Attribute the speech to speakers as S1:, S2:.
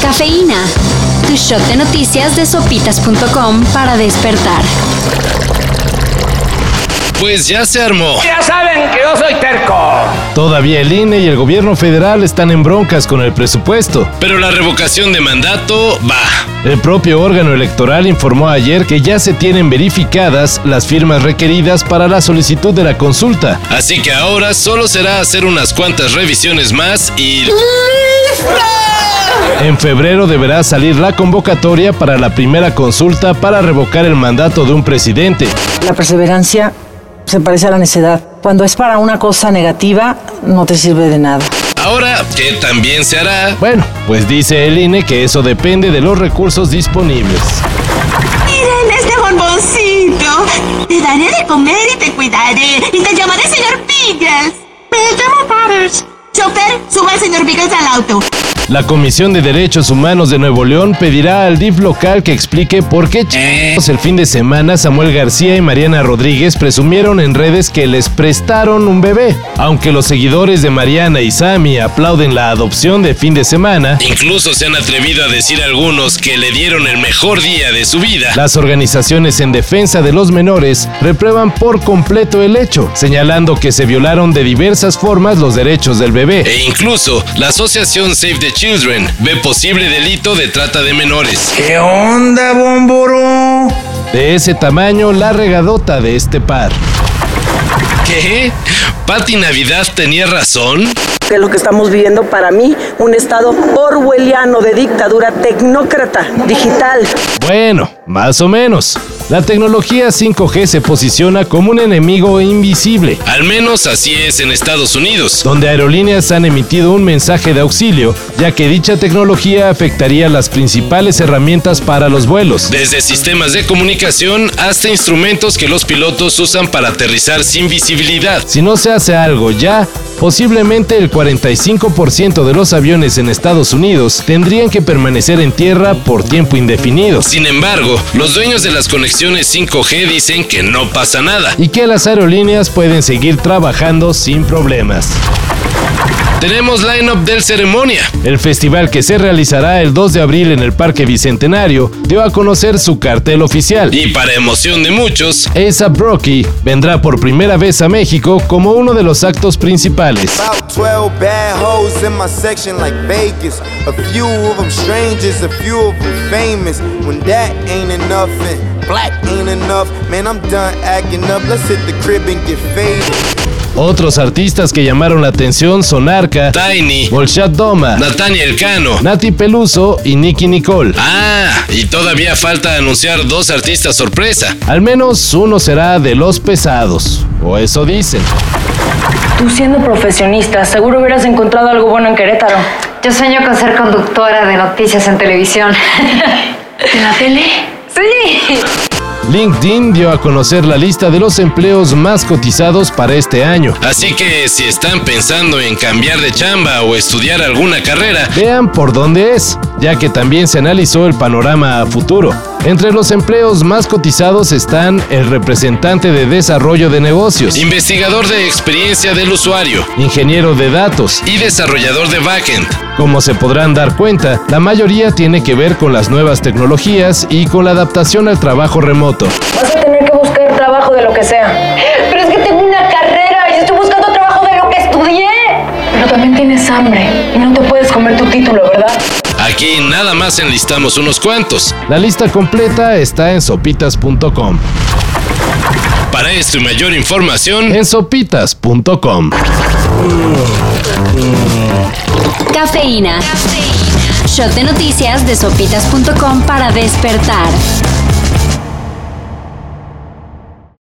S1: Cafeína. Tu shot de noticias de sopitas.com para despertar.
S2: Pues ya se armó.
S3: Ya saben que yo soy terco.
S4: Todavía el INE y el gobierno federal están en broncas con el presupuesto.
S2: Pero la revocación de mandato va.
S4: El propio órgano electoral informó ayer que ya se tienen verificadas las firmas requeridas para la solicitud de la consulta.
S2: Así que ahora solo será hacer unas cuantas revisiones más y...
S4: En febrero deberá salir la convocatoria para la primera consulta para revocar el mandato de un presidente.
S5: La perseverancia se parece a la necedad. Cuando es para una cosa negativa, no te sirve de nada.
S2: Ahora que también se hará...
S4: Bueno, pues dice el INE que eso depende de los recursos disponibles.
S6: Miren este bomboncito. Te daré de comer y te cuidaré. Y te llamaré señor Pickles. Me llamo Butters. Chofer, suba al señor Pickles al auto.
S4: La Comisión de Derechos Humanos de Nuevo León pedirá al DIF local que explique por
S2: Eh.
S4: qué chicos el fin de semana Samuel García y Mariana Rodríguez presumieron en redes que les prestaron un bebé. Aunque los seguidores de Mariana y Sami aplauden la adopción de fin de semana,
S2: Incluso se han atrevido a decir algunos que le dieron el mejor día de su vida.
S4: las organizaciones en defensa de los menores reprueban por completo el hecho, señalando que se violaron de diversas formas los derechos del bebé.
S2: E incluso la asociación Save the Children ve posible delito de trata de menores.
S3: ¿Qué onda, bomboró?
S4: De ese tamaño la regadota de este par.
S2: ¿Qué? ¿Pati Navidad tenía razón?
S7: que lo que estamos viviendo para mí, un estado orwelliano de dictadura tecnócrata digital.
S4: Bueno, más o menos. La tecnología 5G se posiciona como un enemigo invisible,
S2: Al menos así es en Estados Unidos.
S4: donde aerolíneas han emitido un mensaje de auxilio, ya que dicha tecnología afectaría las principales herramientas para los vuelos.
S2: Desde sistemas de comunicación hasta instrumentos que los pilotos usan para aterrizar sin visibilidad.
S4: Si no se hace algo ya, posiblemente el 45% de los aviones en Estados Unidos tendrían que permanecer en tierra por tiempo indefinido,
S2: Sin embargo, los dueños de las conexiones 5G dicen que no pasa nada.
S4: y que las aerolíneas pueden seguir trabajando sin problemas.
S2: Tenemos line-up del ceremonia.
S4: El festival que se realizará el 2 de abril en el Parque Bicentenario dio a conocer su cartel oficial.
S2: Y para emoción de muchos,
S4: A$AP Rocky vendrá por primera vez a México como uno de los actos principales.
S8: About 12 bad hoes in my section like Vegas. A few of them strangers, a few of them famous. When that ain't enough and black ain't enough, man, I'm done acting up. Let's hit the crib and get faded.
S4: Otros artistas que llamaron la atención son Arca,
S2: Tiny,
S4: Bolshat Doma,
S2: Natania Elcano.
S4: Nati Peluso y Nicky Nicole.
S2: Ah, y todavía falta anunciar dos artistas sorpresa.
S4: Al menos uno será de los pesados, o eso dicen.
S9: Tú siendo profesionista, seguro hubieras encontrado algo bueno en Querétaro.
S10: Yo sueño con ser conductora de noticias en televisión.
S9: ¿De la tele?
S10: sí.
S4: LinkedIn dio a conocer la lista de los empleos más cotizados para este año.
S2: Así que si están pensando en cambiar de chamba o estudiar alguna carrera,
S4: Vean por dónde es, ya que también se analizó el panorama a futuro. Entre los empleos más cotizados están el representante de desarrollo de negocios,
S2: investigador de experiencia del usuario
S4: ingeniero de datos.
S2: y desarrollador de backend.
S4: Como se podrán dar cuenta, la mayoría tiene que ver con las nuevas tecnologías y con la adaptación al trabajo remoto.
S9: Vas a tener que buscar trabajo de lo que sea.
S10: Pero es que tengo una carrera y estoy buscando trabajo de lo que estudié.
S9: Pero también tienes hambre y no te puedes comer tu título, ¿verdad?
S2: Aquí nada más enlistamos unos cuantos.
S4: La lista completa está en sopitas.com.
S2: Para esto y mayor información,
S4: En sopitas.com.
S1: Cafeína. Shot de noticias de sopitas.com para despertar.